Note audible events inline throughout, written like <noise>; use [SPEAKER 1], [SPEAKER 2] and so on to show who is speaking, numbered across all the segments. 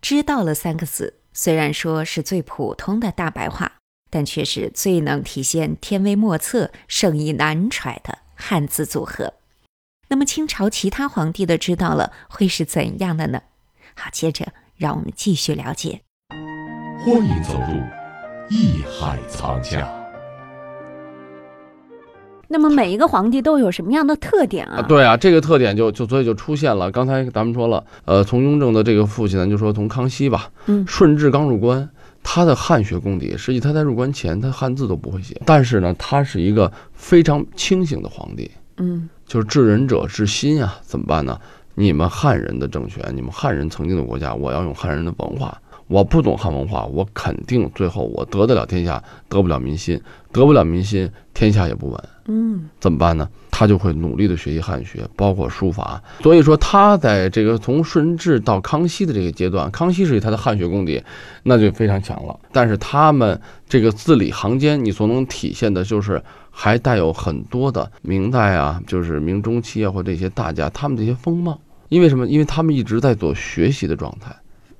[SPEAKER 1] 知道了”三个字，虽然说是最普通的大白话，但却是最能体现天威莫测、圣意难揣的汉字组合。那么清朝其他皇帝的知道了会是怎样的呢？好，接着让我们继续了解。
[SPEAKER 2] 欢迎走入艺海藏家。
[SPEAKER 3] 那么每一个皇帝都有什么样的特点啊？
[SPEAKER 4] 啊，对啊，这个特点就就所以就出现了。刚才咱们说了，呃，从雍正的这个父亲呢，就说从康熙吧，
[SPEAKER 3] 嗯
[SPEAKER 4] 顺治刚入关，他的汉学功底，实际他在入关前他汉字都不会写，但是呢，他是一个非常清醒的皇帝，
[SPEAKER 3] 嗯
[SPEAKER 4] 就是治人者治心啊，怎么办呢？你们汉人的政权，你们汉人曾经的国家，我要用汉人的文化。我不懂汉文化，我肯定最后我得得了天下，得不了民心，得不了民心，天下也不稳。
[SPEAKER 3] 嗯
[SPEAKER 4] 怎么办呢？他就会努力的学习汉学，包括书法。所以说，他在这个从顺治到康熙的这个阶段，康熙是他的汉学功底，那就非常强了。但是他们这个字里行间，你所能体现的就是还带有很多的明代啊，就是明中期啊，或这些大家他们这些风貌。因为什么？因为他们一直在做学习的状态，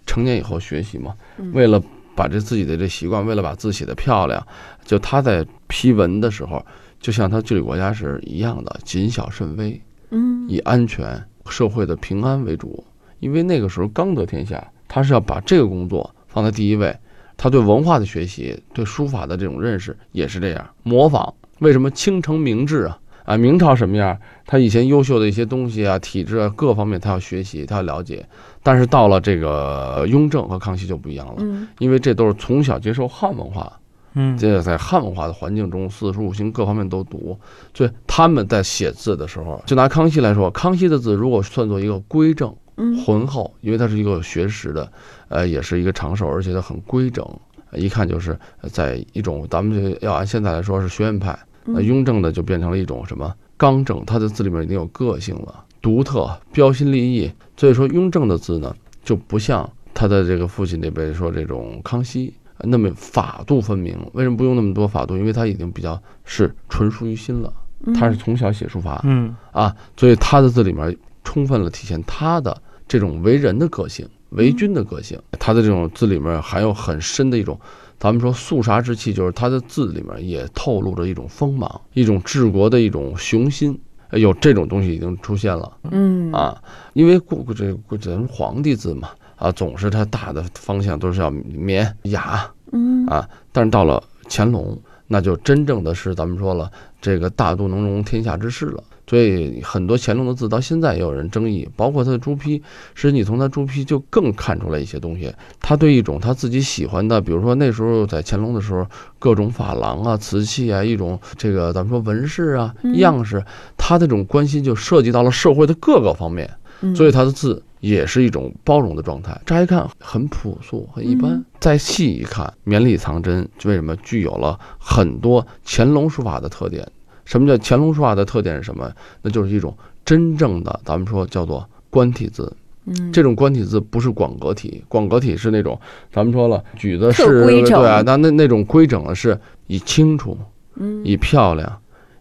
[SPEAKER 4] 成年以后学习嘛，为了把这自己的这习惯，为了把字写得漂亮，就他在批文的时候。就像他治理国家时一样的，谨小慎微，
[SPEAKER 3] 嗯
[SPEAKER 4] 以安全、社会的平安为主。因为那个时候刚得天下，他是要把这个工作放在第一位。他对文化的学习，对书法的这种认识也是这样模仿。为什么倾城明志啊？啊，明朝什么样？他以前优秀的一些东西啊、体制啊各方面，他要学习，他要了解。但是到了这个雍正和康熙就不一样了，
[SPEAKER 3] 嗯
[SPEAKER 4] 因为这都是从小接受汉文化，
[SPEAKER 5] 嗯，
[SPEAKER 4] 这个在汉文化的环境中，四书五经各方面都读，所以他们在写字的时候，就拿康熙来说，康熙的字如果算作一个规正、
[SPEAKER 3] 嗯
[SPEAKER 4] 浑厚，因为他是一个有学识的，呃，也是一个长寿，而且他很规整，呃一看就是在一种咱们这要按现在来说是学院派，那雍正呢就变成了一种什么刚正，他的字里面已经有个性了，独特、标新立异。所以说，雍正的字呢就不像他的这个父亲那辈说这种康熙呃那么法度分明。为什么不用那么多法度？因为他已经比较是纯熟于心了，他是从小写书法
[SPEAKER 5] 嗯
[SPEAKER 4] 啊，所以他的字里面充分了体现他的这种为人的个性、为君的个性。他的这种字里面含有很深的一种，咱们说肃杀之气，就是他的字里面也透露着一种锋芒，一种治国的一种雄心。呃有这种东西已经出现了
[SPEAKER 3] 嗯
[SPEAKER 4] 啊，因为过过这过咱们皇帝字嘛啊，总是他大的方向都是要绵雅
[SPEAKER 3] 嗯
[SPEAKER 4] 啊，但是到了乾隆，那就真正的是咱们说了这个大度能容天下之事了。所以很多乾隆的字到现在也有人争议，包括他的朱批，实际你从他朱批就更看出来一些东西。他对一种他自己喜欢的，比如说那时候在乾隆的时候，各种珐琅啊、瓷器啊，一种这个咱们说纹饰啊、
[SPEAKER 3] 嗯
[SPEAKER 4] 样式，他这种关心就涉及到了社会的各个方面。
[SPEAKER 3] 嗯
[SPEAKER 4] 所以他的字也是一种包容的状态。乍一看很朴素，很一般
[SPEAKER 3] 嗯，
[SPEAKER 4] 再细一看，绵里藏针。为什么具有了很多乾隆书法的特点？什么叫乾隆书法的特点是什么？那就是一种真正的，咱们说叫做官体字。
[SPEAKER 3] 嗯
[SPEAKER 4] 这种官体字不是广格体，广格体是那种咱们说了举的
[SPEAKER 3] 特
[SPEAKER 4] 是
[SPEAKER 3] 规
[SPEAKER 4] 对
[SPEAKER 3] 整
[SPEAKER 4] 啊，那那那种规整的是以清楚、
[SPEAKER 3] 嗯
[SPEAKER 4] 以漂亮、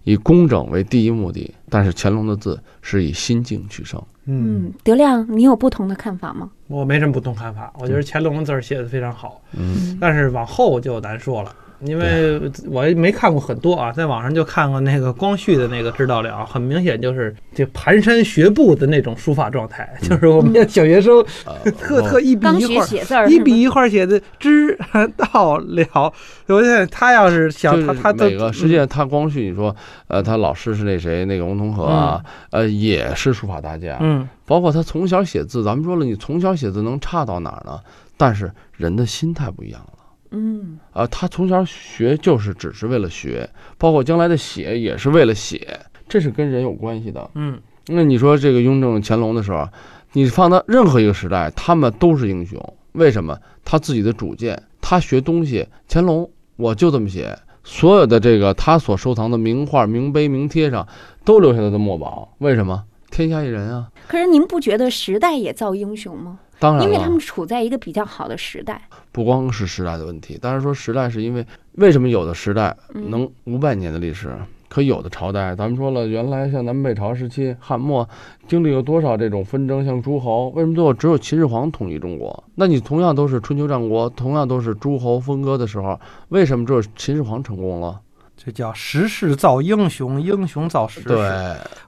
[SPEAKER 4] 以工整为第一目的。但是乾隆的字是以心境取胜。
[SPEAKER 5] 嗯，
[SPEAKER 3] 嗯，德亮，你有不同的看法吗？
[SPEAKER 5] 我没什么不同看法，我
[SPEAKER 6] 嗯
[SPEAKER 5] 觉得乾隆的字儿写的非常好，
[SPEAKER 4] 嗯。
[SPEAKER 5] 但是往后就难说了。因为
[SPEAKER 6] 啊
[SPEAKER 5] 我也没看过很多啊，在网上就看过那个光绪的那个知道了啊，很明显就是这蹒跚学步的那种书法状态，
[SPEAKER 6] 嗯
[SPEAKER 5] 就是我们小学生
[SPEAKER 6] 啊
[SPEAKER 5] 特特
[SPEAKER 4] 嗯
[SPEAKER 5] 一笔
[SPEAKER 3] 刚
[SPEAKER 5] 一
[SPEAKER 3] 学
[SPEAKER 5] 画
[SPEAKER 3] 写字儿
[SPEAKER 5] 一
[SPEAKER 3] 是吗
[SPEAKER 5] 笔一画写的知 <laughs> 到了。我现在他要是想
[SPEAKER 4] 就是
[SPEAKER 5] 他他
[SPEAKER 4] 每个
[SPEAKER 5] 的嗯
[SPEAKER 4] 实际上他光绪你说，呃，他老师是那谁那个王同和啊，呃，也是书法大家，
[SPEAKER 5] 嗯
[SPEAKER 4] 包括他从小写字，咱们说了，你从小写字能差到哪儿呢？但是人的心态不一样了。
[SPEAKER 3] 嗯
[SPEAKER 4] 啊，他从小学就是只是为了学，包括将来的写也是为了写，这是跟人有关系的。
[SPEAKER 5] 嗯
[SPEAKER 4] 那你说这个雍正、乾隆的时候，啊你放到任何一个时代，他们都是英雄。为什么？他自己的主见，他学东西。乾隆，我就这么写。所有的这个他所收藏的名画、名碑、名贴上，都留下他的墨宝。为什么？天下一人啊！
[SPEAKER 3] 可是您不觉得时代也造英雄吗？
[SPEAKER 4] 当然
[SPEAKER 3] 因为他
[SPEAKER 4] 了
[SPEAKER 3] 们，处在一个比较好的时代。
[SPEAKER 4] 不光是时代的问题，当然说时代是因为为什么有的时代
[SPEAKER 3] 嗯
[SPEAKER 4] 能五百年的历史，可有的朝代，咱们说了，原来像南北朝时期、汉末，经历了多少这种纷争，像诸侯，为什么最后只有秦始皇统一中国？那你同样都是春秋战国，同样都是诸侯分割的时候，为什么只有秦始皇成功了？
[SPEAKER 6] 这叫时势造英雄，英雄造时势。
[SPEAKER 4] 对，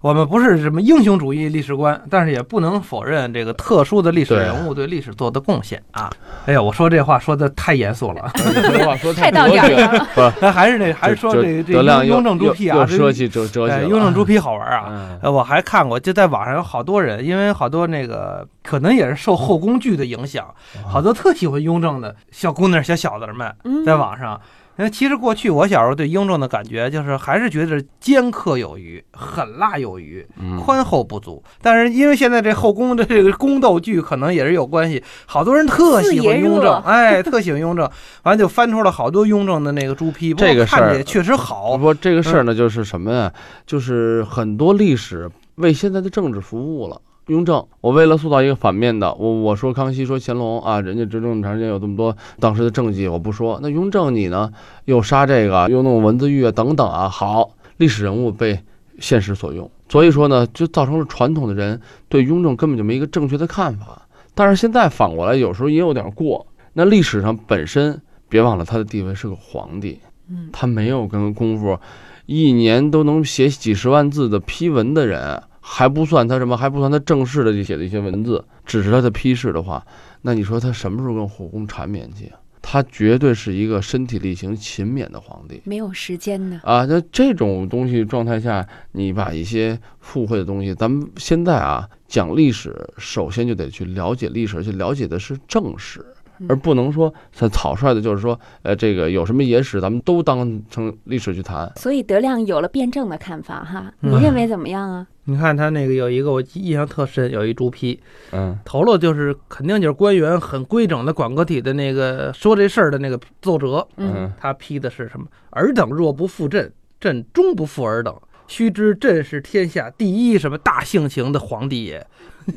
[SPEAKER 6] 我们不是什么英雄主义历史观，但是也不能否认这个特殊的历史
[SPEAKER 4] 对
[SPEAKER 6] 人物对历史做的贡献啊。哎呀，我说这话说的太严
[SPEAKER 4] <laughs>
[SPEAKER 6] 肃了，
[SPEAKER 4] 这话说
[SPEAKER 3] 太到
[SPEAKER 4] 哲
[SPEAKER 3] 点
[SPEAKER 4] 学
[SPEAKER 3] 儿了。
[SPEAKER 6] 咱还是那还是说这个这
[SPEAKER 4] 德亮
[SPEAKER 6] 雍
[SPEAKER 4] 又
[SPEAKER 6] 雍正朱熹
[SPEAKER 4] 又
[SPEAKER 6] 啊，
[SPEAKER 4] 又
[SPEAKER 6] 这
[SPEAKER 4] 说起哲哲学
[SPEAKER 6] 哎
[SPEAKER 4] 了，
[SPEAKER 6] 雍正朱熹好玩啊。
[SPEAKER 4] 嗯，
[SPEAKER 6] 呃，我还看过，就在网上有好多人，因为好多那个可能也是受后宫剧的影响，好
[SPEAKER 4] 嗯
[SPEAKER 6] 多特喜欢雍正的小姑娘、小小子们，
[SPEAKER 3] 嗯，
[SPEAKER 6] 在网上。因为其实过去我小时候对雍正的感觉就是还是觉得尖刻有余，狠辣有余，
[SPEAKER 4] 嗯
[SPEAKER 6] 宽厚不足。但是因为现在这后宫的这个宫斗剧可能也是有关系，好多人特喜欢
[SPEAKER 3] 四
[SPEAKER 6] 雍
[SPEAKER 3] 爷热
[SPEAKER 6] 正，哎， <laughs> 特喜欢雍正，完了就翻出了好多雍正的那个朱批，不过
[SPEAKER 4] 这个事儿嗯
[SPEAKER 6] 看着也确实好，
[SPEAKER 4] 不，这个事儿呢，就是什么呀？就是很多历史为现在的政治服务了。雍正，我为了塑造一个反面的，我我说康熙，说乾隆啊，人家执政这么长时间有这么多当时的政绩，我不说。那雍正你呢，又杀这个，又弄文字狱啊，等等啊。好，历史人物被现实所用，所以说呢，就造成了传统的人对雍正根本就没一个正确的看法。但是现在反过来，有时候也有点过。那历史上本身，别忘了他的地位是个皇帝，
[SPEAKER 3] 嗯
[SPEAKER 4] 他没有跟功夫，一年都能写几十万字的批文的人，还不算他什么，还不算他正式的写的一些文字，只是他的批示的话，那你说他什么时候跟后宫缠绵去啊？他绝对是一个身体力行、勤勉的皇帝。
[SPEAKER 3] 没有时间呢。
[SPEAKER 4] 啊，那这种东西状态下，你把一些附会的东西，咱们现在啊讲历史，首先就得去了解历史，而且了解的是正史，而不能说很草率的，就是说，呃，这个有什么野史，咱们都当成历史去谈。
[SPEAKER 3] 所以德亮有了辩证的看法哈，你
[SPEAKER 6] 嗯
[SPEAKER 3] 认为怎么样啊？
[SPEAKER 6] 你看他那个有一个我印象特深，有一朱批，
[SPEAKER 4] 嗯，
[SPEAKER 6] 头了就是肯定就是官员很规整的管个体的那个说这事儿的那个奏折，
[SPEAKER 4] 嗯
[SPEAKER 6] 他批的是什么？尔等若不负朕，朕终不负尔等。须知朕是天下第一什么大性情的皇帝也，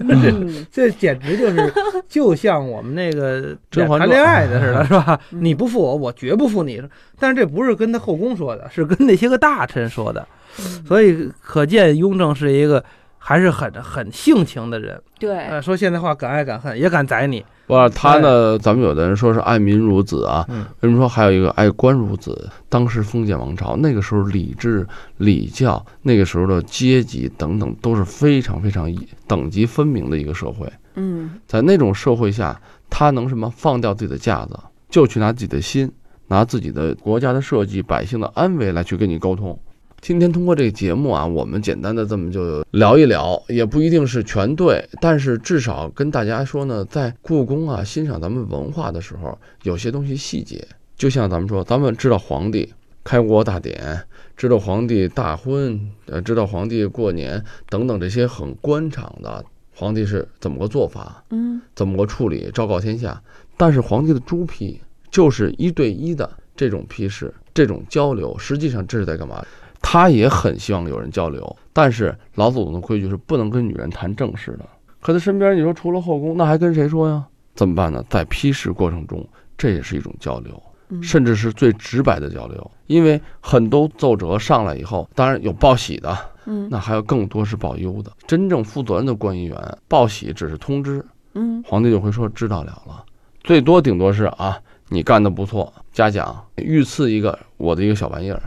[SPEAKER 3] 嗯，
[SPEAKER 6] 这简直就是 <laughs> 就像我们那个
[SPEAKER 4] 甄嬛传
[SPEAKER 6] 谈恋爱的似的，是吧？
[SPEAKER 3] 嗯
[SPEAKER 6] 你不负我，我绝不负你。但是这不是跟他后宫说的，是跟那些个大臣说的，
[SPEAKER 3] 嗯
[SPEAKER 6] 所以可见雍正是一个还是很很性情的人。
[SPEAKER 1] 哎
[SPEAKER 3] 对，
[SPEAKER 6] 呃，说现在话，敢爱敢恨，也敢宰你。
[SPEAKER 4] 哇，他呢，咱们有的人说是爱民如子啊，
[SPEAKER 6] 嗯
[SPEAKER 4] 为什么说还有一个爱官如子？当时封建王朝那个时候，礼制、礼教，那个时候的阶级等等，都是非常非常等级分明的一个社会。
[SPEAKER 3] 嗯
[SPEAKER 4] 在那种社会下，他能什么放掉自己的架子，就去拿自己的心，拿自己的国家的社稷、百姓的安危来去跟你沟通。今天通过这个节目啊，我们简单的这么就聊一聊，也不一定是全对，但是至少跟大家说呢，在故宫啊欣赏咱们文化的时候，有些东西细节，就像咱们说，咱们知道皇帝开国大典，知道皇帝大婚，呃，知道皇帝过年等等这些很官场的皇帝是怎么个做法，
[SPEAKER 3] 嗯
[SPEAKER 4] 怎么个处理，昭告天下。但是皇帝的朱批就是一对一的这种批示，这种交流，实际上这是在干嘛？他也很希望有人交流，但是老祖宗的规矩是不能跟女人谈正事的。可他身边你说除了后宫，那还跟谁说呀？怎么办呢？在批示过程中，这也是一种交流。
[SPEAKER 3] 嗯，
[SPEAKER 4] 甚至是最直白的交流，因为很多奏折上来以后，当然有报喜的，
[SPEAKER 3] 嗯
[SPEAKER 4] 那还有更多是报忧的。真正负责任的官员，报喜只是通知，
[SPEAKER 3] 嗯
[SPEAKER 4] 皇帝就会说知道了了，最多顶多是啊，你干得不错，嘉奖，御赐一个我的一个小玩意儿，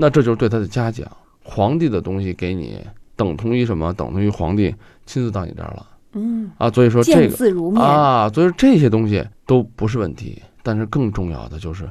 [SPEAKER 4] 那这就是对他的嘉奖。皇帝的东西给你，等同于什么？等同于皇帝亲自到你这儿了
[SPEAKER 3] 嗯，
[SPEAKER 4] 啊！所以说这
[SPEAKER 3] 见
[SPEAKER 4] 个
[SPEAKER 3] 字如面，
[SPEAKER 4] 啊，所以说这些东西都不是问题。但是更重要的就是，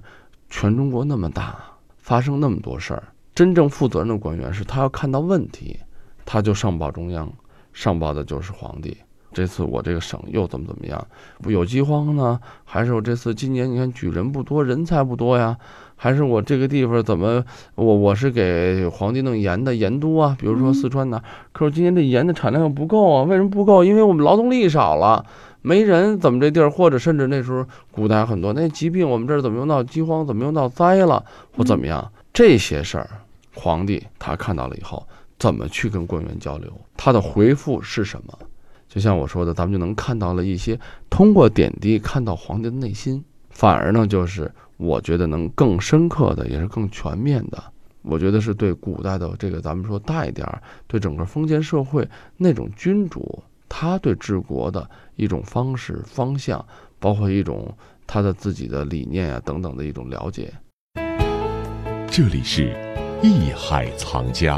[SPEAKER 4] 全中国那么大，发生那么多事儿，真正负责任的官员是他要看到问题，他就上报中央，上报的就是皇帝。这次我这个省又怎么怎么样？有饥荒呢，还是我这次今年你看举人不多，人才不多呀？还是我这个地方怎么我我是给皇帝弄盐的盐都啊？比如说
[SPEAKER 3] 嗯
[SPEAKER 4] 四川呐、可是今年这盐的产量又不够啊？为什么不够？因为我们劳动力少了。没人怎么这地儿，或者甚至那时候古代很多那疾病，我们这儿怎么又闹饥荒，怎么又闹灾了，或怎么样，这些事儿，皇帝他看到了以后，怎么去跟官员交流，他的回复是什么？就像我说的，咱们就能看到了一些通过点滴看到皇帝的内心，反而呢，就是我觉得能更深刻的，也是更全面的我觉得是对古代的这个咱们说大一点儿，对整个封建社会那种君主他对治国的一种方式方向，包括一种他的自己的理念啊等等的一种了解。
[SPEAKER 2] 这里是《艺海藏家》。